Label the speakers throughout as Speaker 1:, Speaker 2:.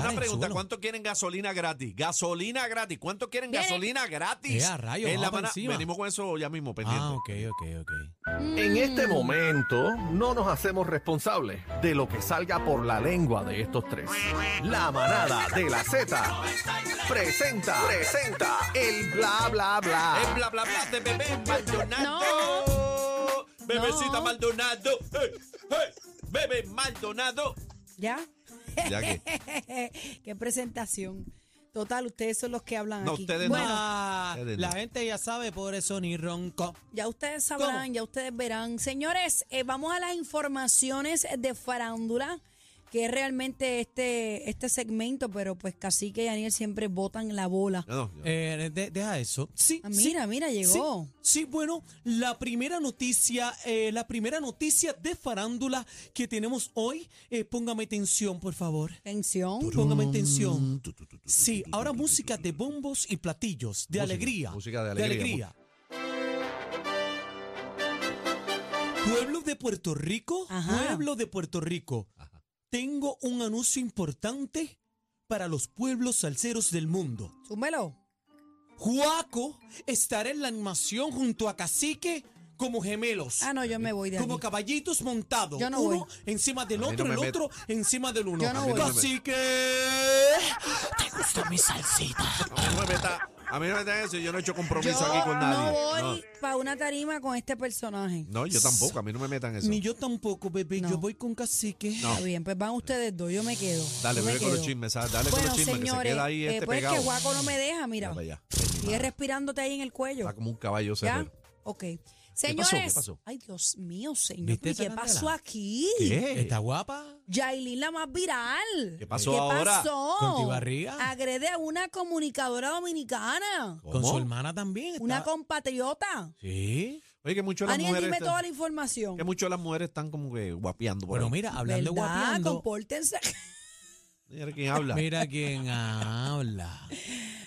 Speaker 1: esta
Speaker 2: del
Speaker 1: pregunta,
Speaker 2: suelo.
Speaker 1: ¿cuánto quieren gasolina gratis? Gasolina gratis. ¿Cuánto quieren
Speaker 3: Viene.
Speaker 1: gasolina gratis?
Speaker 2: Eh, a rayos,
Speaker 1: En la
Speaker 2: vamos por
Speaker 1: mana-
Speaker 2: encima.
Speaker 1: Venimos con eso ya mismo, pendiente.
Speaker 2: Ah, ok, ok, ok.
Speaker 4: En este momento no nos hacemos responsables de lo que salga por la lengua de estos tres. La manada de la Z presenta, presenta el bla bla bla.
Speaker 1: Es bla bla bla de bebé Maldonado. Bebecita
Speaker 3: No.
Speaker 1: Maldonado. Hey, hey, bebé Maldonado.
Speaker 5: ¿Ya?
Speaker 1: Ya que.
Speaker 5: Qué presentación. Total, ustedes son los que hablan
Speaker 1: No,
Speaker 5: aquí.
Speaker 1: ustedes no.
Speaker 5: bueno,
Speaker 2: Ah,
Speaker 1: Ustedes
Speaker 2: la
Speaker 1: no.
Speaker 2: gente ya sabe, por eso ni ronco.
Speaker 5: ya ustedes sabrán,
Speaker 2: ¿Cómo?
Speaker 5: ya ustedes verán. Señores, eh, vamos a las informaciones de farándula, que es realmente este, este segmento, pero pues Cacique y Daniel siempre botan la bola.
Speaker 1: No, no, yo-
Speaker 2: Eh, de- deja eso. Sí,
Speaker 5: Ah,
Speaker 2: sí,
Speaker 5: mira, mira, llegó.
Speaker 2: Sí, sí, bueno, la primera noticia, eh, la primera noticia de farándula que tenemos hoy, eh, póngame atención, por favor.
Speaker 5: Atención.
Speaker 2: Póngame atención. Sí, ahora música de bombos y platillos, de
Speaker 1: Música,
Speaker 2: alegría.
Speaker 1: música de alegría,
Speaker 2: Pueblo de Puerto Rico,
Speaker 5: Ajá.
Speaker 2: pueblo de Puerto Rico.
Speaker 1: Ajá.
Speaker 2: Tengo un anuncio importante para los pueblos salseros del mundo.
Speaker 5: Súmelo.
Speaker 2: Juaco estará en la animación junto a Cacique como gemelos.
Speaker 5: Ah, no, yo me voy de
Speaker 2: Como
Speaker 5: aquí.
Speaker 2: caballitos montados.
Speaker 5: Yo no
Speaker 2: uno
Speaker 5: voy.
Speaker 2: encima del
Speaker 1: A mí
Speaker 2: otro,
Speaker 1: no me
Speaker 2: el
Speaker 1: meto.
Speaker 2: otro encima del uno.
Speaker 5: Yo no A mí voy. no me
Speaker 1: meto.
Speaker 2: Cacique. ¿Te gustó mi salsita?
Speaker 1: A mí no me meta, a mí no me meta eso. Yo no he hecho compromiso aquí
Speaker 5: Yo
Speaker 1: con
Speaker 5: no
Speaker 1: nadie.
Speaker 5: voy para una tarima con este personaje.
Speaker 1: No, yo tampoco. A mí no me metan eso.
Speaker 2: Ni yo tampoco, bebé.
Speaker 5: No.
Speaker 2: Yo voy con Cacique.
Speaker 1: No.
Speaker 5: Está bien, pues van ustedes dos, yo me quedo.
Speaker 1: Dale,
Speaker 5: yo me
Speaker 1: bebé con los
Speaker 5: quedo.
Speaker 1: chismes. ¿sabes? Dale
Speaker 5: bueno,
Speaker 1: con los chismes.
Speaker 5: señores,
Speaker 1: que se queda ahí
Speaker 5: eh,
Speaker 1: este
Speaker 5: pues es
Speaker 1: pegado.
Speaker 5: que Guaco no me deja, mira.
Speaker 1: Dale ya.
Speaker 5: Sigue respirándote ahí en el cuello.
Speaker 1: Está como un caballo
Speaker 5: ¿Ya?
Speaker 1: cerrero.
Speaker 5: Ok.
Speaker 1: pasó?
Speaker 5: Señores.
Speaker 1: ¿Qué pasó?
Speaker 5: Ay, Dios mío, señor.
Speaker 2: ¿Viste
Speaker 5: ¿Y
Speaker 2: esa
Speaker 5: qué
Speaker 2: candela?
Speaker 5: pasó aquí?
Speaker 1: ¿Qué?
Speaker 2: ¿Está guapa?
Speaker 5: Yailin, la más viral.
Speaker 1: ¿Qué pasó
Speaker 5: ¿Qué
Speaker 1: ahora?
Speaker 5: pasó?
Speaker 2: Contibarriga.
Speaker 5: Agrede a una comunicadora dominicana.
Speaker 2: Con su
Speaker 1: ¿Cómo?
Speaker 2: hermana también. está-
Speaker 5: Una compatriota.
Speaker 2: Sí.
Speaker 1: Oye, que mucho las
Speaker 5: Aniel,
Speaker 1: mujeres.
Speaker 5: dime
Speaker 1: están-
Speaker 5: toda la información.
Speaker 1: Que mucho las mujeres están como que guapeando por
Speaker 2: Bueno,
Speaker 1: ahí.
Speaker 2: mira, hablando
Speaker 5: ¿Verdad?
Speaker 2: guapeando.
Speaker 5: Compórtense.
Speaker 1: Mira quién habla.
Speaker 2: Mira quién habla.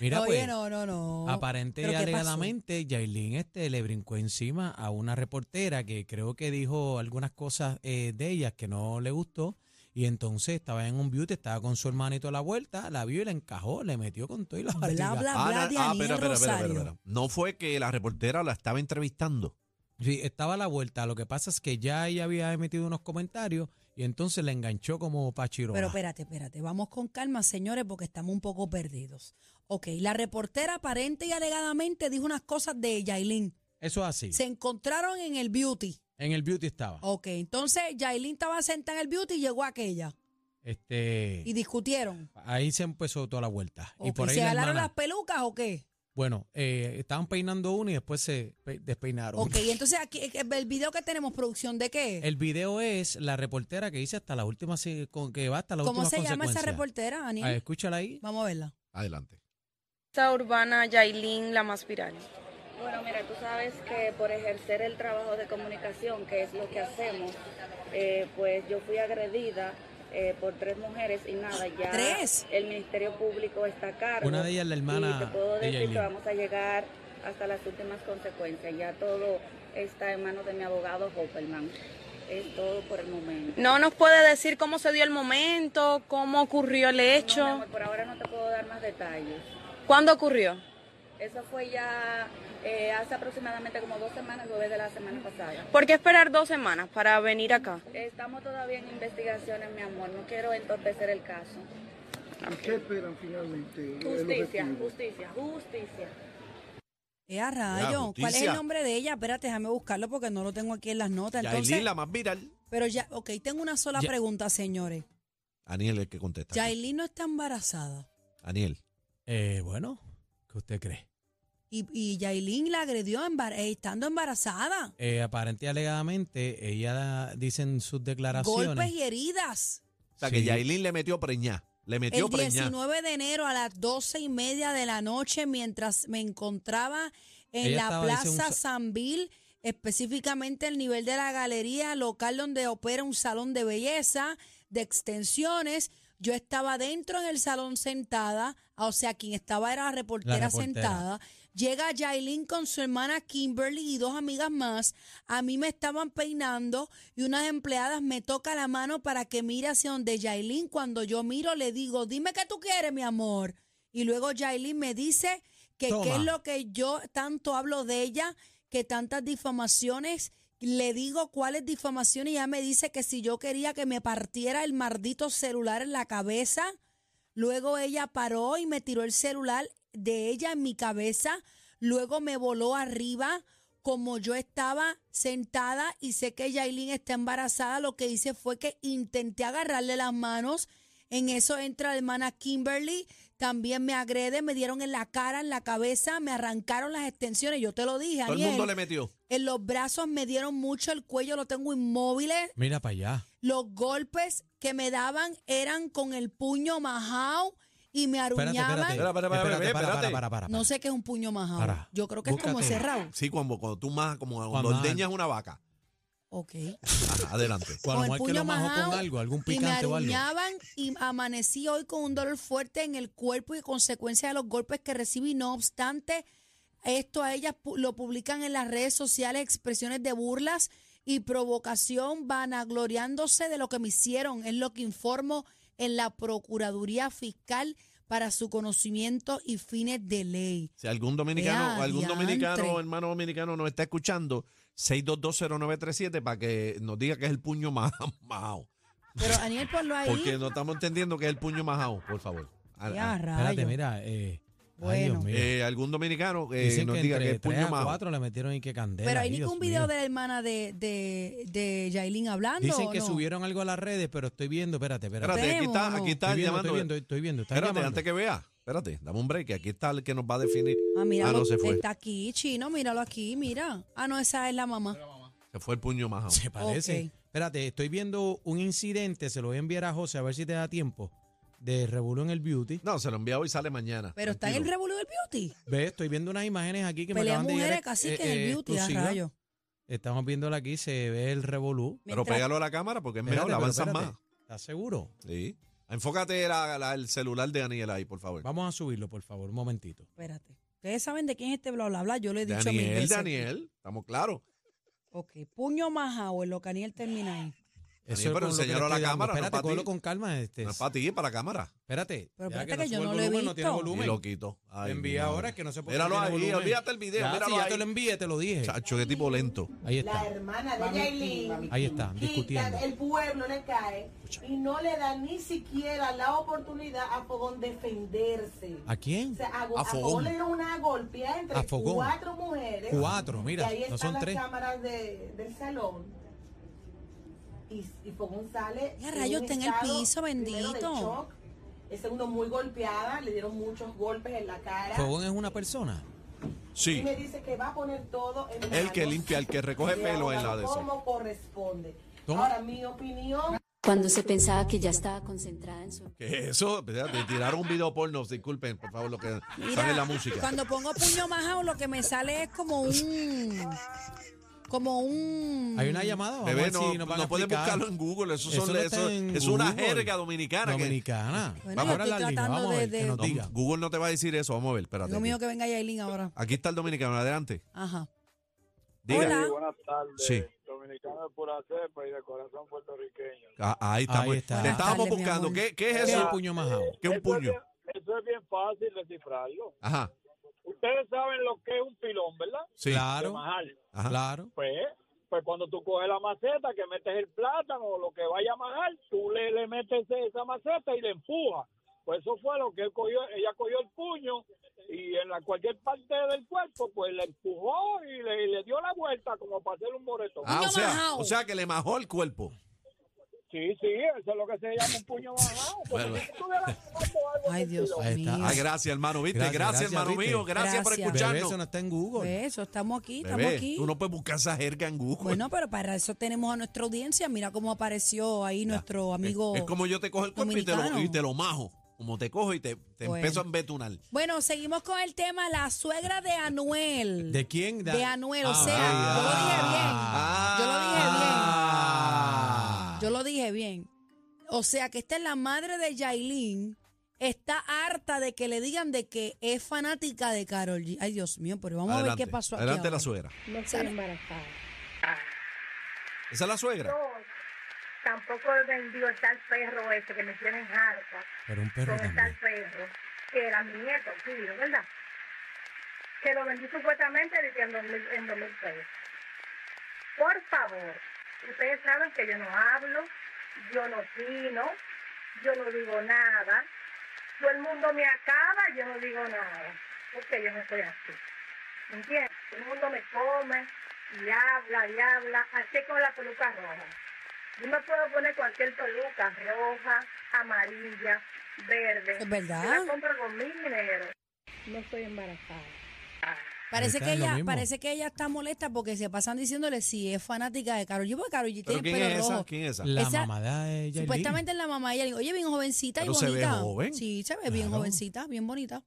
Speaker 2: Mira,
Speaker 5: Oye,
Speaker 2: pues.
Speaker 5: no, no, no.
Speaker 2: Aparente y
Speaker 5: ¿Pero qué pasó?
Speaker 2: alegadamente, Yailin este, le brincó encima a una reportera que creo que dijo algunas cosas eh, de ellas que no le gustó. Y entonces estaba en un beauty, estaba con su hermanito a la vuelta, la vio y la encajó, le metió con todo y la
Speaker 5: Bla,
Speaker 2: barriga.
Speaker 5: bla.
Speaker 1: Ah,
Speaker 5: habla de Aniel Rosario.
Speaker 1: No fue que la reportera la estaba entrevistando.
Speaker 2: Sí, estaba a la vuelta. Lo que pasa es que ya ella había emitido unos comentarios y entonces la enganchó como pachirona.
Speaker 5: Pero espérate, espérate, vamos con calma, señores, porque estamos un poco perdidos. Ok, la reportera aparente y alegadamente dijo unas cosas de Yailin.
Speaker 2: Eso es así.
Speaker 5: Se encontraron en el beauty.
Speaker 2: En el beauty estaba.
Speaker 5: Ok, entonces Yailin estaba sentada en el beauty y llegó aquella.
Speaker 2: Este,
Speaker 5: Y discutieron.
Speaker 2: ahí se empezó toda la vuelta. y
Speaker 5: Ok,
Speaker 2: por ahí
Speaker 5: ¿Se
Speaker 2: la
Speaker 5: jalaron
Speaker 2: hermana-
Speaker 5: las pelucas o qué?
Speaker 2: Bueno, eh, estaban peinando uno y después se pe- despeinaron.
Speaker 5: Ok, entonces aquí eh, el video que tenemos, producción de qué?
Speaker 2: El video es la reportera que dice hasta la última se- con que va hasta la
Speaker 5: ¿Cómo
Speaker 2: última
Speaker 5: se llama esa
Speaker 2: consecuencia.
Speaker 5: reportera,
Speaker 2: Ah,
Speaker 5: Aniel?
Speaker 2: escúchala ahí.
Speaker 5: Vamos a verla.
Speaker 1: Adelante.
Speaker 6: Esta urbana Yailin, la más viral. Bueno, mira, tú sabes que por ejercer el trabajo de comunicación, que es lo que hacemos, eh, pues yo fui agredida eh, por tres mujeres y nada, ya
Speaker 5: ¿Tres?
Speaker 6: el Ministerio Público está a cargo.
Speaker 2: Una de ellas la hermana
Speaker 6: Y te puedo
Speaker 2: de
Speaker 6: decir
Speaker 2: Yailin.
Speaker 6: que vamos a llegar hasta las últimas consecuencias. Ya todo está en manos de mi abogado Hopperman. Es todo por el momento.
Speaker 7: No nos puede decir cómo se dio el momento, cómo ocurrió el
Speaker 6: No, mi
Speaker 7: hecho,
Speaker 6: amor, por ahora no te puedo dar más detalles.
Speaker 7: cuándo ocurrió.
Speaker 6: Eso fue ya eh, hace aproximadamente como dos semanas, jueves de la semana pasada.
Speaker 7: ¿Por qué esperar dos semanas para venir acá?
Speaker 6: Estamos todavía en investigaciones, mi amor. No quiero entorpecer el caso.
Speaker 8: ¿Qué esperan finalmente? El
Speaker 6: Justicia,
Speaker 8: objetivo.
Speaker 6: justicia, justicia.
Speaker 5: Eh, a rayo. ¿Cuál es el
Speaker 1: justicia.
Speaker 5: nombre de ella? Espérate, déjame buscarlo porque no lo tengo aquí en las notas. Pues Entonces,
Speaker 1: Yailin, la más viral.
Speaker 5: pero ya, ok, tengo una sola
Speaker 2: Ya-
Speaker 5: pregunta, señores.
Speaker 1: Aniel el que contesta.
Speaker 5: Yailin no está embarazada.
Speaker 1: Aniel.
Speaker 2: Eh, bueno, ¿qué usted cree?
Speaker 5: Y, y Yailin la agredió embar- eh, estando embarazada.
Speaker 2: Eh, aparente y alegadamente, ella dice en sus declaraciones.
Speaker 5: Golpes y heridas.
Speaker 1: O sea,
Speaker 2: Sí.
Speaker 1: que Yailin le metió preñá. Le metió
Speaker 5: El
Speaker 1: preñá.
Speaker 5: 19 de enero a las 12 y media de la noche, mientras me encontraba en
Speaker 2: Ella
Speaker 5: la
Speaker 2: estaba, dice, un
Speaker 5: Plaza
Speaker 2: sa-
Speaker 5: Sanvil, específicamente el nivel de la galería local donde opera un salón de belleza, de extensiones. Yo ah, estaba dentro en el salón sentada, o sea, quien estaba era la reportera,
Speaker 2: reportera.
Speaker 5: sentada. Llega Yailin con su hermana Kimberly y dos amigas más. A mí me estaban peinando y unas empleadas me toca la mano para que mire hacia donde Yailin. Cuando yo miro, le digo, dime qué tú quieres, mi amor. Y luego Yailin me dice que qué
Speaker 2: Toma.
Speaker 5: es lo que yo tanto hablo de ella, que tantas difamaciones. Le digo cuáles difamaciones y ella me dice que si yo quería que me partiera el maldito celular en la cabeza. Luego ella paró y me tiró el celular de ella en mi cabeza. Luego me voló arriba como yo estaba sentada y sé que Yailin está embarazada. Lo que hice fue que intenté agarrarle las manos. En eso entra la hermana Kimberly. También me agrede, me dieron en la cara, en la cabeza, me arrancaron las extensiones. Yo te lo dije,
Speaker 1: Todo el
Speaker 5: Aniel.
Speaker 1: mundo le metió.
Speaker 5: En los brazos me dieron mucho, el cuello lo tengo inmóvil.
Speaker 2: Mira para allá.
Speaker 5: Los golpes que me daban eran con el puño majao y me
Speaker 2: Espérate,
Speaker 5: aruñaban.
Speaker 2: espérate.
Speaker 1: Espera, espera, espera,
Speaker 2: Espérate, para, para,
Speaker 1: espérate.
Speaker 2: para, para,
Speaker 5: No
Speaker 2: para.
Speaker 5: sé qué es un puño majao.
Speaker 2: Para.
Speaker 5: Yo creo que es como
Speaker 2: Búscate.
Speaker 5: cerrado.
Speaker 1: Sí, cuando, cuando tú más, como cuando
Speaker 2: Cuando-
Speaker 1: ordeñas una vaca.
Speaker 5: Ok.
Speaker 1: Ajá, adelante.
Speaker 2: O a lo
Speaker 5: Con el
Speaker 2: mejor que
Speaker 5: puño
Speaker 2: lo majó
Speaker 5: majao
Speaker 2: con algo, algún
Speaker 5: y me
Speaker 2: picante o algo.
Speaker 5: aruñaban y amanecí hoy con un dolor fuerte en el cuerpo y consecuencia de los golpes que recibí. No obstante, esto a ellas pu- lo publican en las redes sociales, expresiones de burlas y provocación, vanagloriándose de lo que me hicieron. Es lo que informo en la Procuraduría Fiscal para su conocimiento y fines de ley.
Speaker 1: Si algún dominicano,
Speaker 5: Ea,
Speaker 1: algún
Speaker 5: diantre.
Speaker 1: dominicano, hermano dominicano nos está escuchando, 6220937 para que nos diga que es el puño ma- majao.
Speaker 5: Pero Daniel, ponlo ahí.
Speaker 1: Porque no estamos entendiendo que es el puño majao, por favor. A- a-
Speaker 5: Ya,
Speaker 2: Ah, Espérate,
Speaker 5: rayo.
Speaker 2: mira. Eh, ay,
Speaker 5: Bueno.
Speaker 2: Dios mío.
Speaker 1: eh, algún dominicano eh,
Speaker 2: Dicen
Speaker 1: nos
Speaker 2: que
Speaker 1: diga que es
Speaker 2: entre
Speaker 1: el puño
Speaker 2: 3 a
Speaker 1: majao.
Speaker 2: 4 le metieron y que candela.
Speaker 5: Pero hay
Speaker 2: ahí,
Speaker 5: ningún
Speaker 2: Dios
Speaker 5: video
Speaker 2: mío.
Speaker 5: de la hermana de, de, de Yailin hablando.
Speaker 2: Dicen
Speaker 5: ¿o
Speaker 2: que
Speaker 5: no?
Speaker 2: subieron algo a las redes, pero estoy viendo, espérate, espérate.
Speaker 1: Espérate, aquí
Speaker 5: Tenemos,
Speaker 1: está,
Speaker 5: ¿no?
Speaker 1: aquí está
Speaker 2: Estoy viendo,
Speaker 1: llamando.
Speaker 2: estoy viendo, estoy viendo. Están
Speaker 1: Espérate,
Speaker 2: llamando.
Speaker 1: antes que vea. Espérate, dame un break. Aquí está el que nos va a definir.
Speaker 5: Ah, mira,
Speaker 1: Ah, no, se fue.
Speaker 5: está aquí, chino, míralo aquí, mira. Ah, no, esa es la mamá.
Speaker 1: Se fue el puño majao.
Speaker 2: Se parece.
Speaker 5: Ok.
Speaker 2: Espérate, estoy viendo un incidente, se lo voy a enviar a José a ver si te da tiempo, de Revolú en el Beauty.
Speaker 1: No, se lo envía hoy, sale mañana.
Speaker 5: Pero está en el
Speaker 1: Tranquilo.
Speaker 5: Revolú del Beauty.
Speaker 2: Ve, estoy viendo unas imágenes aquí que
Speaker 5: Pelea
Speaker 2: me acaban de llegar
Speaker 5: mujeres
Speaker 2: ex-
Speaker 5: casi que
Speaker 2: eh,
Speaker 5: en el
Speaker 2: eh,
Speaker 5: Beauty, a
Speaker 2: exclusiva.
Speaker 5: rayo.
Speaker 2: Estamos viéndola aquí, se ve el Revolú.
Speaker 1: Pero
Speaker 5: Mientras-
Speaker 1: pégalo a la cámara porque es
Speaker 2: Espérate,
Speaker 1: mejor,
Speaker 2: pero
Speaker 1: avanzas
Speaker 2: espérate,
Speaker 1: más.
Speaker 2: ¿Estás seguro?
Speaker 1: Sí. Enfócate la- la- el celular de Daniel ahí, por favor.
Speaker 2: Vamos a subirlo, por favor, un momentito.
Speaker 5: Espérate. Ustedes saben de quién es este bla, bla, bla. Yo le he dicho mil
Speaker 1: Daniel,
Speaker 5: veces.
Speaker 1: Daniel, estamos claros.
Speaker 5: Ok, puño majao, en lo que Daniel termina ahí.
Speaker 2: Eso es
Speaker 1: pero
Speaker 2: con lo que te
Speaker 1: enséñalo a la
Speaker 2: estoy dando.
Speaker 1: cámara, no
Speaker 2: Espérate,
Speaker 1: pa' ti.
Speaker 2: cógelo con calma. Este,
Speaker 1: No es para ti, es para la cámara.
Speaker 2: espérate.
Speaker 5: Pero
Speaker 2: ya
Speaker 5: espérate que yo
Speaker 2: suba
Speaker 5: no
Speaker 2: el
Speaker 5: lo he
Speaker 2: volumen, No tiene
Speaker 5: visto.
Speaker 1: Y
Speaker 2: volumen.
Speaker 1: lo quito.
Speaker 2: Te
Speaker 1: Ay, mi
Speaker 2: envía
Speaker 1: madre.
Speaker 2: ahora que no se puede
Speaker 1: Míralo
Speaker 2: tiene
Speaker 1: ahí,
Speaker 2: volumen.
Speaker 1: olvídate el video,
Speaker 2: Ya,
Speaker 1: míralo
Speaker 2: si ya
Speaker 1: ahí.
Speaker 2: te lo envié, te lo dije.
Speaker 1: Chacho, qué tipo lento.
Speaker 2: Ahí está.
Speaker 3: La hermana de Yailin,
Speaker 2: Ahí está, discutiendo.
Speaker 3: quita- el pueblo le cae y no le da ni siquiera la oportunidad a Fogón defenderse.
Speaker 2: ¿A quién?
Speaker 3: O sea, a, Go-
Speaker 1: A
Speaker 3: a Fogón.
Speaker 1: Fogón.
Speaker 3: le dieron una golpeada entre
Speaker 2: A Fogón.
Speaker 3: cuatro mujeres.
Speaker 2: Cuatro, mira,
Speaker 3: y ahí
Speaker 2: no
Speaker 3: están
Speaker 2: son
Speaker 3: las
Speaker 2: tres.
Speaker 3: cámaras de- del salón. Y, y Fogón sale.
Speaker 5: Ya, rayos,
Speaker 3: un
Speaker 5: está en el
Speaker 3: estado,
Speaker 5: piso,
Speaker 3: primero de
Speaker 5: bendito.
Speaker 3: shock, El segundo muy golpeada, le dieron muchos golpes en la cara.
Speaker 2: Fogón es una persona.
Speaker 1: Sí.
Speaker 3: Y me dice que va a poner todo en
Speaker 1: El que
Speaker 3: manos
Speaker 1: limpia, el que recoge
Speaker 3: de
Speaker 1: pelo en la
Speaker 3: abogado,
Speaker 1: de eso.
Speaker 3: Como corresponde.
Speaker 2: Toma.
Speaker 3: Ahora, mi opinión
Speaker 9: Cuando se pensaba que ya estaba concentrada en su
Speaker 1: ¿Qué es eso? Espérate, tiraron un video porno, disculpen, por favor, lo que sale
Speaker 5: Mira,
Speaker 1: la música.
Speaker 5: cuando pongo puño majao, lo que me sale es como un... Como un...
Speaker 2: Hay una llamada. Vamos a
Speaker 1: Bebé,
Speaker 2: ver
Speaker 1: no,
Speaker 2: si nos van a
Speaker 1: no puedes
Speaker 2: explicar.
Speaker 1: buscarlo en Google, eso, son-
Speaker 2: no está
Speaker 1: eso-
Speaker 2: en
Speaker 1: es una
Speaker 2: Google.
Speaker 1: jerga dominicana. que-
Speaker 2: Dominicana.
Speaker 5: Bueno,
Speaker 2: vamos
Speaker 5: yo
Speaker 2: a la
Speaker 5: estoy
Speaker 2: línea,
Speaker 5: tratando
Speaker 2: vamos a ver
Speaker 5: de-
Speaker 2: que nos
Speaker 1: No,
Speaker 2: diga.
Speaker 1: Google no te va a decir eso, vamos a ver, espérate.
Speaker 5: Lo
Speaker 1: aquí.
Speaker 5: mío que venga Yailin ahora.
Speaker 1: Aquí está el dominicano, adelante.
Speaker 5: Ajá.
Speaker 1: Diga.
Speaker 5: Hola.
Speaker 10: Buenas tardes.
Speaker 1: Sí.
Speaker 10: Dominicano de pura cepa y de corazón puertorriqueño.
Speaker 1: Ah, ahí está.
Speaker 2: Ahí
Speaker 1: pues.
Speaker 2: está.
Speaker 1: Te estábamos
Speaker 5: Dale, mi
Speaker 1: buscando.
Speaker 5: amor.
Speaker 1: ¿Qué, ¿Qué es
Speaker 2: ¿Qué es el
Speaker 1: eso?
Speaker 2: puño majao?
Speaker 1: ¿Qué es un
Speaker 10: Eso es
Speaker 1: puño?
Speaker 10: bien- Eso es bien fácil descifrarlo.
Speaker 1: Ajá.
Speaker 10: Ustedes saben lo que es un pilón, ¿verdad?
Speaker 1: Sí.
Speaker 10: De
Speaker 2: Claro,
Speaker 10: majar.
Speaker 1: Ajá.
Speaker 2: claro.
Speaker 10: Pues, pues cuando tú coges la maceta, que metes el plátano o lo que vaya a majar, tú le, le metes esa maceta y le empujas. Pues eso fue lo que él cogió, ella cogió el puño y en la cualquier parte del cuerpo, pues le empujó y le, y le dio la vuelta como para hacer un moretón.
Speaker 1: Ah, o
Speaker 5: Puño
Speaker 1: sea,
Speaker 5: majao.
Speaker 1: o sea que le majó el cuerpo.
Speaker 10: Sí, sí, eso es lo que se llama un puño bajado. Porque
Speaker 1: Bueno.
Speaker 10: si tú le das cuando algo
Speaker 5: Ay,
Speaker 10: te
Speaker 5: Dios
Speaker 10: tiró.
Speaker 2: Ahí está.
Speaker 5: mío.
Speaker 1: Ay, Ah, gracias, hermano, ¿viste? Gracias,
Speaker 2: Gracias, gracias,
Speaker 1: hermano
Speaker 2: ¿viste?
Speaker 1: mío. Gracias, por
Speaker 5: Gracias.
Speaker 2: Bebé,
Speaker 1: escucharnos.
Speaker 2: eso no está en Google.
Speaker 5: Pues eso, estamos aquí, estamos
Speaker 1: Bebé,
Speaker 5: aquí.
Speaker 1: tú no puedes buscar esa jerga en Google.
Speaker 5: Bueno, pero para eso tenemos a nuestra audiencia. Mira cómo apareció ahí nuestro amigo.
Speaker 1: es, es como yo te cojo el cuerpo y te, lo,
Speaker 5: dominicano.
Speaker 1: y te lo majo. Como te cojo y te, te
Speaker 5: Bueno.
Speaker 1: empiezo a embetunar.
Speaker 5: Bueno, seguimos con el tema, la suegra de Anuel.
Speaker 2: ¿De quién? Ah,
Speaker 5: De Anuel, o sea, yo lo dije bien.
Speaker 1: Ah.
Speaker 5: Yo lo dije bien. Yo lo dije bien. O sea, que esta es la madre de Yailin, está harta de que le digan de que es fanática de Carol G. Ay, Dios mío, pero vamos a ver
Speaker 1: Adelante,
Speaker 5: qué pasó aquí.
Speaker 1: Adelante
Speaker 5: ahora.
Speaker 1: la suegra.
Speaker 11: No estoy embarazada.
Speaker 1: Esa es la suegra.
Speaker 11: Dos, tampoco vendió el tal perro ese que me tienen harta.
Speaker 2: Pero un perro
Speaker 11: con el
Speaker 2: también.
Speaker 11: tal perro, que era mi nieto, Guido, ¿verdad? Que lo vendí supuestamente de que en 2000, en 2000 pesos. Por favor, ustedes saben que yo no hablo, yo no opino, yo no digo nada. Todo el mundo me acaba, yo no digo nada, porque yo no soy así. ¿Entiendes? Todo el mundo me come y habla y habla, así con la peluca roja. Yo me puedo poner cualquier peluca, roja, amarilla, verde.
Speaker 5: Es verdad.
Speaker 11: Yo la compro con mi dinero. No estoy embarazada.
Speaker 5: Parece
Speaker 2: Está
Speaker 5: que,
Speaker 2: en lo
Speaker 5: ella,
Speaker 2: mismo.
Speaker 5: parece que ella está molesta porque se pasan diciéndole si es fanática de Carol G. Porque Carol G
Speaker 1: ¿Pero
Speaker 5: tiene
Speaker 1: quién
Speaker 5: el
Speaker 1: es
Speaker 5: pelo
Speaker 1: esa?
Speaker 5: rojo.
Speaker 1: ¿Quién es esa?
Speaker 2: La
Speaker 5: Esa-
Speaker 2: mamá de Yailin.
Speaker 5: Supuestamente es la mamá ella. Oye, bien jovencita
Speaker 1: Pero
Speaker 5: y
Speaker 1: se ve
Speaker 5: bonita.
Speaker 1: joven.
Speaker 5: Sí, se ve bien
Speaker 1: Claro.
Speaker 5: jovencita, bien bonita.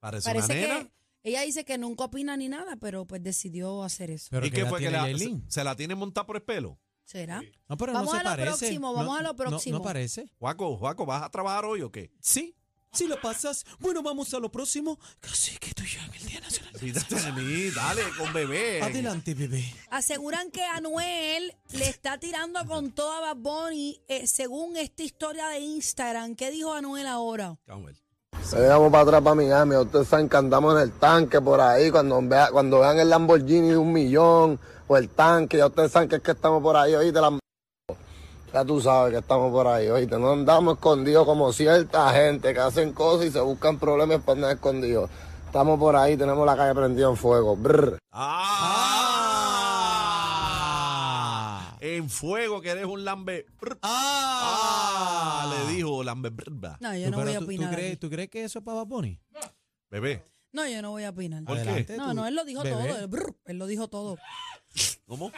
Speaker 1: Parece,
Speaker 5: Parece
Speaker 1: una nena.
Speaker 5: que ella dice que nunca opina ni nada, pero pues decidió hacer eso.
Speaker 2: Pero
Speaker 1: ¿Y qué
Speaker 2: edad
Speaker 1: fue que
Speaker 2: tiene
Speaker 1: la, se,
Speaker 2: Yailin?
Speaker 1: se la tiene montada por el pelo?
Speaker 5: ¿Será?
Speaker 2: No, pero
Speaker 5: Vamos
Speaker 2: no se
Speaker 5: a lo
Speaker 2: parece.
Speaker 5: próximo,
Speaker 2: No,
Speaker 5: vamos a lo
Speaker 2: no-
Speaker 5: próximo.
Speaker 2: No, parece.
Speaker 1: Juaco, Juaco, ¿vas a trabajar hoy o qué?
Speaker 2: Sí. Si lo pasas, bueno, vamos a lo próximo. Casi que estoy ya en el Día Nacional.
Speaker 1: Sí, dale, dale, con bebé.
Speaker 2: Adelante, bebé.
Speaker 5: Aseguran que Anuel le está tirando con toda Bad Bunny eh, según esta historia de Instagram. ¿Qué dijo Anuel ahora?
Speaker 1: Camuel.
Speaker 12: Veníamos para atrás para Miami, ustedes saben que andamos en el tanque por ahí, cuando, vea- cuando vean el Lamborghini de un millón o el tanque, ya ustedes saben que es que estamos por ahí, oíste, la... ya tú sabes que estamos por ahí, oíste, no andamos escondidos como cierta gente que hacen cosas y se buscan problemas para andar escondidos. Estamos por ahí, tenemos la calle prendida en fuego. brr.
Speaker 1: ¡Ah! En fuego que eres un lambe. ¡Ah! Le dijo lambe.
Speaker 5: No, Ah, yo
Speaker 2: Tú,
Speaker 5: no
Speaker 2: pero
Speaker 5: voy
Speaker 2: tú-
Speaker 5: a
Speaker 2: tú
Speaker 5: opinar.
Speaker 2: crees,
Speaker 5: aquí.
Speaker 2: ¿Tú crees que eso es para Bad Bunny?
Speaker 1: Bebé,
Speaker 5: No, yo no voy a opinar.
Speaker 1: ¿Por qué?
Speaker 2: Adelante,
Speaker 5: No,
Speaker 2: tú,
Speaker 5: no, él lo dijo
Speaker 2: bebé.
Speaker 5: todo. el brr, él lo dijo todo.
Speaker 1: ¿cómo?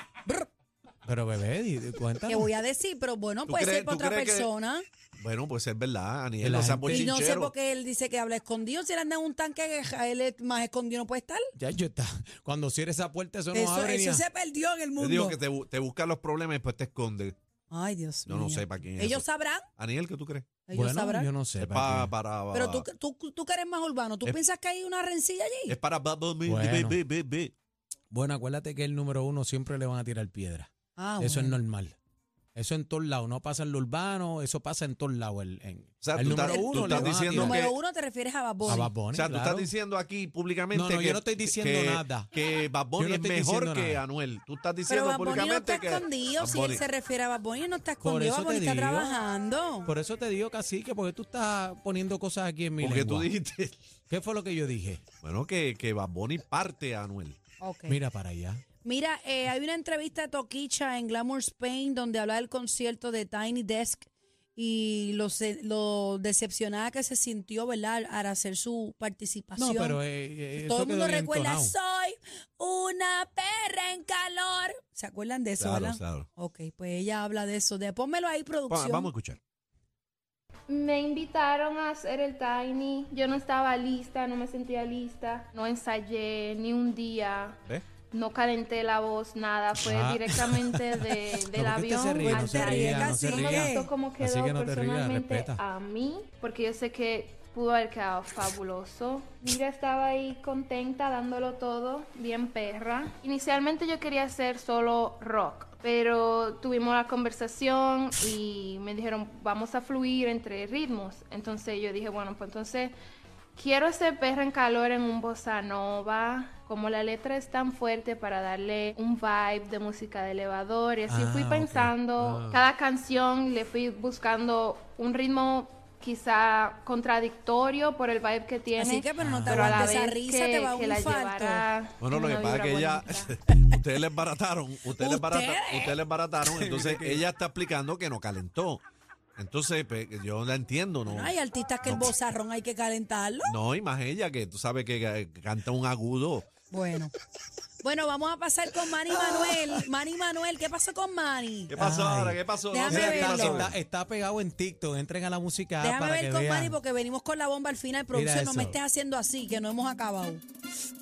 Speaker 2: Pero bebé, di- di-
Speaker 5: ¿Qué
Speaker 2: cuéntanos.
Speaker 5: voy a decir? Pero bueno,
Speaker 1: ¿Tú
Speaker 5: puede
Speaker 1: crees-
Speaker 5: ser para
Speaker 1: tú
Speaker 5: otra
Speaker 1: crees que-
Speaker 5: persona.
Speaker 1: Bueno, pues es verdad,
Speaker 2: Que
Speaker 1: Aniel,
Speaker 2: la
Speaker 1: no seas
Speaker 2: gente-
Speaker 5: Y no sé
Speaker 1: bochinchero.
Speaker 5: por qué él dice que habla escondido. Si él anda en un tanque, él es más escondido no puede estar.
Speaker 2: Ya yo está. Cuando cierre esa puerta, eso no
Speaker 5: Eso,
Speaker 2: abre. ni
Speaker 5: eso
Speaker 2: a-
Speaker 5: se perdió en el
Speaker 1: Te digo
Speaker 5: mundo.
Speaker 1: que te, bu- te buscan los problemas y después te esconde.
Speaker 5: Ay, Dios
Speaker 1: Yo
Speaker 5: mío.
Speaker 1: no sé para quién es
Speaker 5: Ellos
Speaker 1: eso.
Speaker 5: sabrán.
Speaker 1: Aniel, ¿qué tú crees?
Speaker 5: Ellos
Speaker 2: Bueno,
Speaker 5: sabrán.
Speaker 2: yo no sé.
Speaker 1: Es
Speaker 2: ¿para
Speaker 1: para,
Speaker 2: qué?
Speaker 1: para-
Speaker 5: Pero tú, tú, tú que eres más urbano, ¿tú
Speaker 1: Es-
Speaker 5: piensas que hay una rencilla allí?
Speaker 1: es para Bubble Me,
Speaker 2: Bueno.
Speaker 1: be- be- be- be.
Speaker 2: Bueno, acuérdate que el número uno siempre le van a tirar piedra.
Speaker 5: Ah,
Speaker 2: eso
Speaker 5: bueno.
Speaker 2: es normal. Eso en todos lados. No pasa en lo urbano, eso pasa en todos lados. El, en-
Speaker 1: sea,
Speaker 2: al
Speaker 1: tú
Speaker 2: número
Speaker 1: estás- tú
Speaker 2: uno le
Speaker 1: estás
Speaker 2: van a
Speaker 1: diciendo
Speaker 2: tirar
Speaker 5: Número
Speaker 1: que-
Speaker 5: uno te refieres a Bad Bunny.
Speaker 2: a Bad Bunny,
Speaker 1: O sea, tú
Speaker 2: claro.
Speaker 1: estás diciendo aquí públicamente
Speaker 2: No, no,
Speaker 1: que,
Speaker 2: yo no estoy diciendo
Speaker 1: que-
Speaker 2: nada.
Speaker 1: Que Bad Bunny
Speaker 2: Yo no
Speaker 1: es
Speaker 2: estoy
Speaker 1: mejor
Speaker 2: diciendo
Speaker 1: que
Speaker 2: nada.
Speaker 1: Anuel. Tú estás diciendo
Speaker 5: Pero Bad Bunny no
Speaker 1: públicamente
Speaker 5: está
Speaker 1: que
Speaker 5: escondido.
Speaker 1: Bad
Speaker 5: Si él
Speaker 1: Bunny-
Speaker 5: se refiere a Bad Bunny, no está
Speaker 2: Por
Speaker 5: escondido.
Speaker 2: eso
Speaker 5: Bad Bunny
Speaker 2: te
Speaker 5: está
Speaker 2: digo.
Speaker 5: trabajando.
Speaker 2: Por eso te digo, cacique, porque tú estás poniendo cosas aquí en mi
Speaker 1: porque tú
Speaker 2: lengua.
Speaker 1: dijiste,
Speaker 2: ¿Qué fue lo que yo dije?
Speaker 1: bueno, que, que Bad Bunny parte a Anuel.
Speaker 5: Ok.
Speaker 2: Mira para allá.
Speaker 5: Mira, eh, hay una entrevista de Toquicha en Glamour Spain donde habla del concierto de Tiny Desk y lo, se- lo decepcionada que se sintió, ¿verdad?, al hacer su
Speaker 2: No,
Speaker 5: participación.
Speaker 2: pero eh, eh, eso
Speaker 5: Todo el mundo
Speaker 2: quedó
Speaker 5: recuerda,
Speaker 2: entonado.
Speaker 5: soy una perra en calor. ¿Se acuerdan de eso,
Speaker 1: Claro,
Speaker 5: verdad?
Speaker 1: claro.
Speaker 5: Ok, pues ella habla de eso. De, pónmelo ahí,
Speaker 1: Va-
Speaker 5: producción.
Speaker 1: Vamos a escuchar.
Speaker 13: Me invitaron a hacer el tiny, yo no estaba lista, no me sentía lista, no ensayé ni un día,
Speaker 1: ¿Ves?
Speaker 13: no calenté la voz, nada, fue
Speaker 2: Ah.
Speaker 13: directamente de,
Speaker 2: No,
Speaker 13: del
Speaker 2: ¿por qué usted
Speaker 13: avión.
Speaker 2: se ríe? No
Speaker 13: al
Speaker 2: se ría, no se
Speaker 5: Así
Speaker 13: tiny. No me
Speaker 2: ría.
Speaker 13: gustó cómo quedó
Speaker 2: Así que no te rías,
Speaker 13: personalmente
Speaker 2: respeta.
Speaker 13: a mí, porque yo sé que pudo haber quedado fabuloso. Mira, estaba ahí contenta, dándolo todo, bien perra. Inicialmente yo quería hacer solo rock, pero tuvimos la conversación y me dijeron, vamos a fluir entre ritmos. Entonces yo dije, bueno, pues entonces Quiero ser perra en calor en un bossa nova. Como la letra es tan fuerte para darle un vibe de música de elevador. Y así
Speaker 2: Ah,
Speaker 13: fui
Speaker 2: ok.
Speaker 13: pensando.
Speaker 2: Ah.
Speaker 13: Cada canción le fui buscando un ritmo quizá contradictorio por el vibe que tiene.
Speaker 5: Así que, pero no te
Speaker 13: pero a la
Speaker 5: aguantes esa
Speaker 13: vez
Speaker 5: risa, te va a
Speaker 13: que
Speaker 5: un
Speaker 13: la
Speaker 5: infarto.
Speaker 13: llevara
Speaker 1: Bueno,
Speaker 13: en
Speaker 1: lo que
Speaker 13: una
Speaker 1: pasa es que
Speaker 13: vibra
Speaker 1: ella,
Speaker 13: bonita.
Speaker 1: ustedes les barataron, ustedes les barataron,
Speaker 5: ¿Ustedes?
Speaker 1: ustedes les barataron, entonces ella está explicando que no calentó. Entonces, pues, yo la entiendo, ¿no?
Speaker 5: Bueno, hay artistas que el bozarrón hay que calentarlo.
Speaker 1: No, y más ella que tú sabes que eh, canta un agudo.
Speaker 5: Bueno. Bueno, vamos a pasar con Manny Manuel. Manny Manuel, ¿qué pasó con Manny?
Speaker 1: ¿Qué pasó
Speaker 2: Ay.
Speaker 1: ahora? ¿Qué pasó?
Speaker 5: Déjame
Speaker 1: sé
Speaker 2: Mira,
Speaker 1: qué
Speaker 2: está,
Speaker 5: verlo.
Speaker 1: pasó.
Speaker 2: está- está pegado en TikTok. Entren a la música app
Speaker 5: Déjame
Speaker 2: para
Speaker 5: ver
Speaker 2: que
Speaker 5: con
Speaker 2: vean.
Speaker 5: Manny porque venimos con la bomba al final. Producción, no me
Speaker 2: eso.
Speaker 5: estés haciendo así, que no hemos acabado.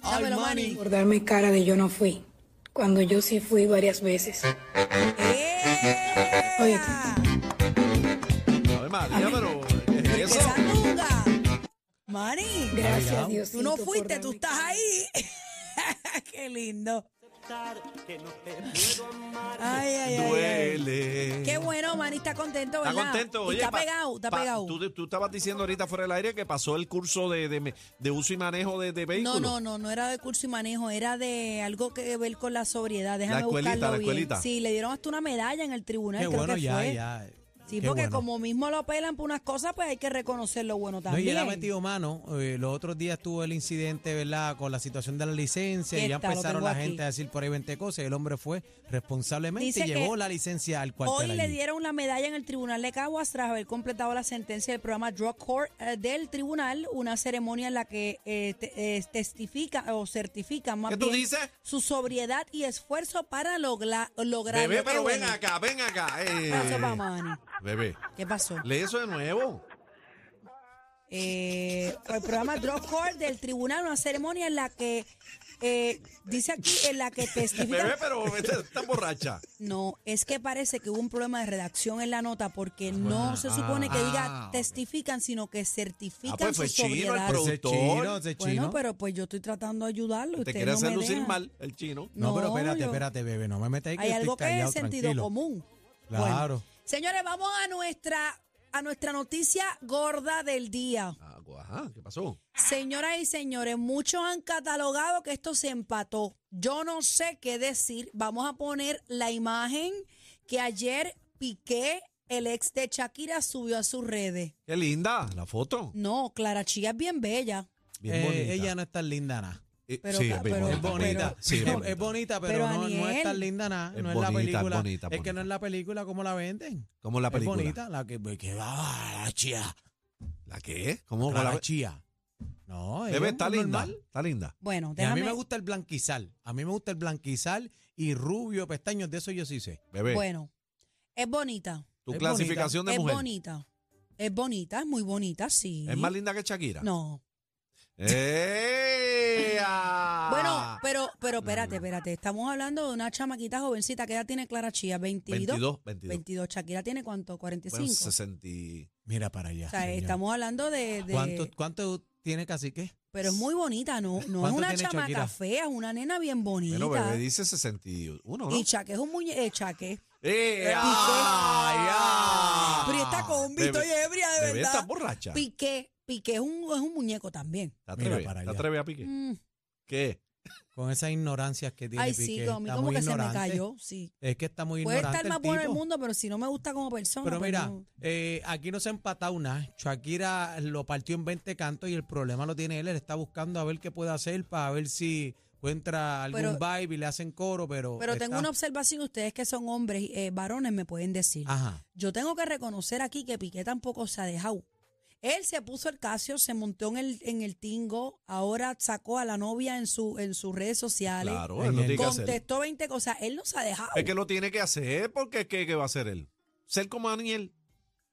Speaker 2: Ay,
Speaker 5: Dámelo, Manny.
Speaker 2: Manny.
Speaker 11: Por darme cara de yo no fui, cuando yo sí fui varias veces.
Speaker 5: ¡Ea!
Speaker 11: Oye,
Speaker 1: Ave María, pero ¿qué es eso?
Speaker 5: Sanduga. Mari,
Speaker 1: Gracias, Ay,
Speaker 5: Tú no fuiste, tú estás ahí. Qué lindo. Ay, ay, ay, ay.
Speaker 1: Duele.
Speaker 5: Qué bueno, Mari está contento,
Speaker 1: Está
Speaker 5: ¿verdad?
Speaker 1: contento,
Speaker 5: Y
Speaker 1: oye.
Speaker 5: está
Speaker 1: pa-
Speaker 5: pegado, está
Speaker 1: pa-
Speaker 5: pegado.
Speaker 1: Tú, tú estabas diciendo ahorita fuera del aire que pasó el curso de, de, me- de uso y manejo de, de vehículos.
Speaker 5: No, no, no, no era de curso y manejo, era de algo que ver con la sobriedad. Déjame
Speaker 1: escuelita,
Speaker 5: buscarlo
Speaker 1: la
Speaker 5: bien.
Speaker 1: escuelita.
Speaker 5: Sí, le dieron hasta una medalla en el tribunal,
Speaker 2: Qué
Speaker 5: creo
Speaker 2: bueno,
Speaker 5: que
Speaker 2: ya,
Speaker 5: fue.
Speaker 2: ya.
Speaker 5: Sí,
Speaker 2: Qué
Speaker 5: porque
Speaker 2: bueno.
Speaker 5: como mismo lo pelan por unas cosas, pues hay que reconocer lo bueno
Speaker 2: No, y
Speaker 5: también.
Speaker 2: él ha metido mano. Eh, los otros días tuvo el incidente, ¿verdad? Con la situación de la licencia y ya
Speaker 5: Está, lo
Speaker 2: empezaron
Speaker 5: tengo
Speaker 2: la
Speaker 5: aquí.
Speaker 2: gente a decir por ahí 20 cosas. El hombre fue responsablemente
Speaker 5: Dice
Speaker 2: y llevó
Speaker 5: que
Speaker 2: la licencia al
Speaker 5: Hoy
Speaker 2: cuartel.
Speaker 5: le
Speaker 2: allí.
Speaker 5: dieron la medalla en el Tribunal de Caguas tras haber completado la sentencia del programa Drug Court eh, del tribunal, una ceremonia en la que eh, te- eh, testifica o certifica más
Speaker 1: ¿Qué tú
Speaker 5: bien
Speaker 1: dices?
Speaker 5: su sobriedad y esfuerzo para logla- lograr
Speaker 1: Bebé,
Speaker 5: lo que
Speaker 1: pero ven
Speaker 5: bueno.
Speaker 1: acá, ven acá. eh.
Speaker 5: Eso va, mano.
Speaker 1: Bebé,
Speaker 5: ¿Qué pasó?
Speaker 1: lee eso de nuevo.
Speaker 5: Eh, el programa Drug Court del tribunal, una ceremonia en la que eh, dice aquí, en la que testifica.
Speaker 1: Bebé, pero estás borracha.
Speaker 5: No, es que parece que hubo un problema de redacción en la nota porque no se supone que
Speaker 1: Ah,
Speaker 5: diga testifican, sino que certifican
Speaker 1: Ah, pues fue
Speaker 5: su
Speaker 1: chino el
Speaker 5: sobriedad.
Speaker 1: productor.
Speaker 2: chino, ese
Speaker 5: bueno,
Speaker 2: chino.
Speaker 5: pero pues yo estoy tratando de ayudarlo.
Speaker 1: Te
Speaker 5: ustedes
Speaker 1: quiere
Speaker 5: no
Speaker 1: hacer
Speaker 5: me
Speaker 1: lucir
Speaker 5: dejan.
Speaker 1: mal el chino.
Speaker 2: No, pero
Speaker 5: No,
Speaker 2: espérate,
Speaker 5: yo-
Speaker 2: espérate, bebé. No me metas ahí que
Speaker 5: Hay
Speaker 2: yo estoy
Speaker 5: algo que
Speaker 2: callado,
Speaker 5: es sentido
Speaker 2: tranquilo.
Speaker 5: común. Bueno.
Speaker 2: Claro.
Speaker 5: Señores, vamos a nuestra a nuestra noticia gorda del día.
Speaker 1: Ah, Ajá, ¿qué pasó?
Speaker 5: Señoras y señores, muchos han catalogado que esto se empató. Yo no sé qué decir. Vamos a poner la imagen que ayer Piqué, el ex de Shakira, subió a sus redes.
Speaker 1: Qué linda la foto.
Speaker 5: No, Clara Chía es bien bella.
Speaker 1: Bien
Speaker 2: Eh,
Speaker 1: bonita.
Speaker 2: ella no es tan linda nada.
Speaker 1: Eh,
Speaker 5: pero-
Speaker 1: sí, es bien
Speaker 5: pero-
Speaker 2: Es bonita.
Speaker 1: bonita. Sí, es
Speaker 2: es,
Speaker 1: bonita.
Speaker 2: es bonita, pero,
Speaker 5: Pero,
Speaker 2: no, no
Speaker 5: Aniel.
Speaker 2: es tan linda nada.
Speaker 1: Es
Speaker 2: No es la
Speaker 1: bonita, es
Speaker 2: película.
Speaker 1: bonita,
Speaker 2: Es que
Speaker 1: bonita.
Speaker 2: no es la película como la venden.
Speaker 1: ¿Cómo la película?
Speaker 2: Es bonita. La que, pues, que va la chía.
Speaker 1: ¿La qué? ¿Cómo
Speaker 2: la,
Speaker 1: la
Speaker 2: chía. No, ella
Speaker 1: Bebé,
Speaker 2: es
Speaker 1: está linda.
Speaker 2: normal.
Speaker 1: Está linda.
Speaker 5: Bueno,
Speaker 2: Y a mí
Speaker 5: déjame.
Speaker 2: me gusta el blanquizal. A mí me gusta el blanquizal y rubio, pestaños, de eso yo sí sé.
Speaker 1: Bebé,
Speaker 5: Bueno, es bonita.
Speaker 1: tu
Speaker 2: es
Speaker 1: clasificación
Speaker 5: es
Speaker 1: de mujer.
Speaker 5: bonita. Es bonita, es muy bonita, sí.
Speaker 1: ¿Es más linda que Shakira?
Speaker 5: No.
Speaker 1: ¡Eh! ah!
Speaker 5: Bueno, pero, pero espérate, espérate. Estamos hablando de una chamaquita jovencita. ¿Qué edad tiene Clara Chía? 22.
Speaker 1: 22, 22.
Speaker 5: 22. Shakira tiene cuánto? 45.
Speaker 1: Bueno, 60. y-
Speaker 2: Mira para allá.
Speaker 5: O sea,
Speaker 2: señor.
Speaker 5: estamos hablando de, de-
Speaker 2: ¿Cuánto, ¿Cuánto tiene cacique?
Speaker 5: pero es muy bonita, no, no es
Speaker 2: ¿Cuánto
Speaker 5: una
Speaker 2: tiene
Speaker 5: chamaca
Speaker 2: Shakira?
Speaker 5: fea, es una nena bien bonita.
Speaker 1: Bueno, bebé dice 61, ¿no?
Speaker 5: Y Chaque es un muñeco, Chaque.
Speaker 1: ¡Eh!
Speaker 5: Piqué.
Speaker 1: ¡Ay, ay!
Speaker 5: Pero está con
Speaker 1: Bebé-
Speaker 5: Vito y ebria, de
Speaker 1: Bebé está
Speaker 5: verdad.
Speaker 1: borracha. Te
Speaker 5: Piqué, Piqué es un, es un muñeco también.
Speaker 1: atreves,
Speaker 2: Mira para
Speaker 1: te
Speaker 2: allá.
Speaker 1: atreves a pique.
Speaker 5: Mm,
Speaker 1: ¿Qué?
Speaker 2: Con esas ignorancias que tiene.
Speaker 5: Ay, sí,
Speaker 2: Piqué,
Speaker 5: con a mí
Speaker 2: está
Speaker 5: como
Speaker 2: muy
Speaker 5: que
Speaker 2: ignorante.
Speaker 5: se me cayó, sí.
Speaker 2: Es que está muy
Speaker 5: Puede
Speaker 2: ignorante.
Speaker 5: estar
Speaker 2: el
Speaker 5: más bueno el
Speaker 2: tipo.
Speaker 5: mundo, pero si no me gusta como persona.
Speaker 2: Pero
Speaker 5: pues
Speaker 2: mira,
Speaker 5: no.
Speaker 2: eh, aquí no se ha empatado nada. Shakira lo partió en 20 cantos y el problema lo tiene él. Él está buscando a ver qué puede hacer para ver si encuentra algún
Speaker 5: Pero-
Speaker 2: vibe y le hacen coro, pero.
Speaker 5: Pero tengo
Speaker 2: está-
Speaker 5: una observación, ustedes que son hombres, eh, varones, me pueden decir.
Speaker 2: Ajá.
Speaker 5: Yo tengo que reconocer aquí que Piqué tampoco se ha dejado. Él se puso el casio, se montó en el, en el tingo, ahora sacó a la novia en, su, en sus redes sociales,
Speaker 1: Claro,
Speaker 2: en
Speaker 1: él lo
Speaker 2: el-
Speaker 1: tiene que hacer.
Speaker 5: contestó 20 cosas, él no se ha dejado.
Speaker 1: Es que lo tiene que hacer porque es que ¿qué va a hacer él? Ser como Daniel,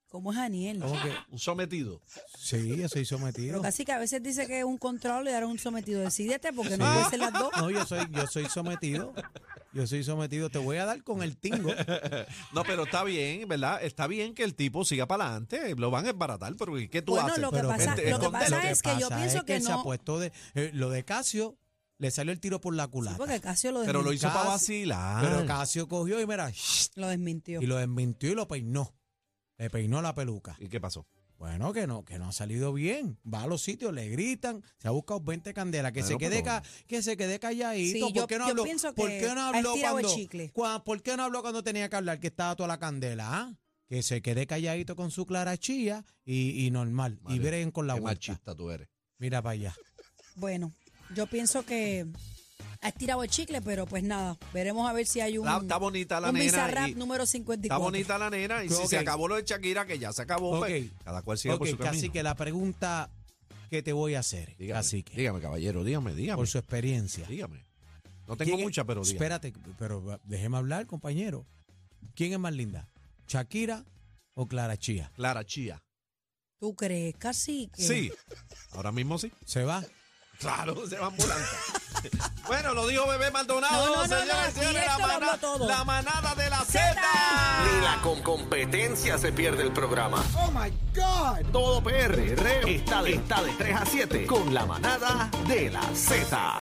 Speaker 5: Como es Aniel.
Speaker 2: ¿Cómo que?
Speaker 1: un sometido.
Speaker 2: Sí, yo soy
Speaker 5: Pero
Speaker 2: sometido.
Speaker 5: casi que a veces dice que es un control y ahora es un sometido. Decídete porque no puede ser las dos.
Speaker 2: No, yo soy, yo soy sometido. Yo soy sometido. Te voy a dar con el tingo.
Speaker 1: No, pero está bien, ¿verdad? Está bien que el tipo siga para adelante. Lo van a embaratar, pero ¿qué tú
Speaker 5: Bueno,
Speaker 1: haces?
Speaker 5: lo que
Speaker 2: Pero
Speaker 5: pasa-
Speaker 2: vente,
Speaker 5: lo que
Speaker 2: con-
Speaker 5: pasa es que yo
Speaker 2: pasa
Speaker 5: pienso que
Speaker 2: él se
Speaker 5: no-
Speaker 2: apuestó de, eh, lo de Casio le salió el tiro por la
Speaker 5: Sí,
Speaker 2: culata.
Speaker 5: porque Casio lo
Speaker 1: Pero
Speaker 5: desmintió.
Speaker 1: lo hizo para
Speaker 2: Casi.
Speaker 1: vacilar.
Speaker 2: Pero Casio cogió y mira,
Speaker 5: Lo desmintió.
Speaker 2: y lo desmintió y lo peinó. Le peinó la peluca.
Speaker 1: ¿Y qué pasó?
Speaker 2: Bueno, que no, que no ha salido bien. Va a los sitios, le gritan, se ha buscado 20 candelas, que se
Speaker 1: Bueno,
Speaker 2: quede
Speaker 1: pero-
Speaker 2: ca- que se quede calladito.
Speaker 5: Sí,
Speaker 2: ¿Por
Speaker 5: yo-
Speaker 2: qué no
Speaker 5: yo
Speaker 2: habló?
Speaker 5: pienso
Speaker 2: ¿Por
Speaker 5: que
Speaker 2: qué no
Speaker 5: ha
Speaker 2: habló
Speaker 5: estirado el
Speaker 2: cuando,
Speaker 5: chicle.
Speaker 2: cua- ¿Por qué no habló cuando tenía que hablar que estaba toda la candela? ah? Que se quede calladito con su clara chía y, y normal. y
Speaker 1: Madre,
Speaker 2: breguen con la
Speaker 1: qué
Speaker 2: vuelta.
Speaker 1: machista tú eres.
Speaker 2: Mira para allá.
Speaker 5: Bueno, yo pienso que ha estirado el chicle, pero pues nada, veremos a ver si hay un,
Speaker 1: Está- está bonita la
Speaker 5: un
Speaker 1: nena
Speaker 5: Bizarrap
Speaker 1: y-
Speaker 5: número 54.
Speaker 1: Está bonita la nena y si
Speaker 2: Ok.
Speaker 1: se acabó lo de Shakira, que ya se acabó, pues,
Speaker 2: Ok.
Speaker 1: cada cual sigue
Speaker 2: Ok,
Speaker 1: por su camino.
Speaker 2: casi que la pregunta que te voy a hacer,
Speaker 1: dígame,
Speaker 2: así que
Speaker 1: dígame, caballero, dígame, dígame.
Speaker 2: por su experiencia.
Speaker 1: Dígame. No tengo
Speaker 2: ¿Quién es-
Speaker 1: mucha, pero dígame.
Speaker 2: Espérate, pero va- déjeme hablar, compañero. ¿Quién es más linda? ¿Shakira o Clara Chía?
Speaker 1: Clara Chía.
Speaker 5: ¿Tú crees, cacique?
Speaker 1: Sí. Ahora mismo sí.
Speaker 2: ¿Se va?
Speaker 1: Claro, se va ambulante. bueno, lo dijo Bebé Maldonado,
Speaker 5: No, no, no,
Speaker 1: señoras y
Speaker 5: no, aquí
Speaker 1: señores,
Speaker 5: esto
Speaker 1: la,
Speaker 5: lo habló
Speaker 1: mana-
Speaker 5: todo.
Speaker 1: la manada de la
Speaker 5: Zeta.
Speaker 1: Z.
Speaker 4: la com- competencia se pierde el programa.
Speaker 8: Oh my God.
Speaker 4: Todo PR está de, está de 3 a 7 con la manada de la Z.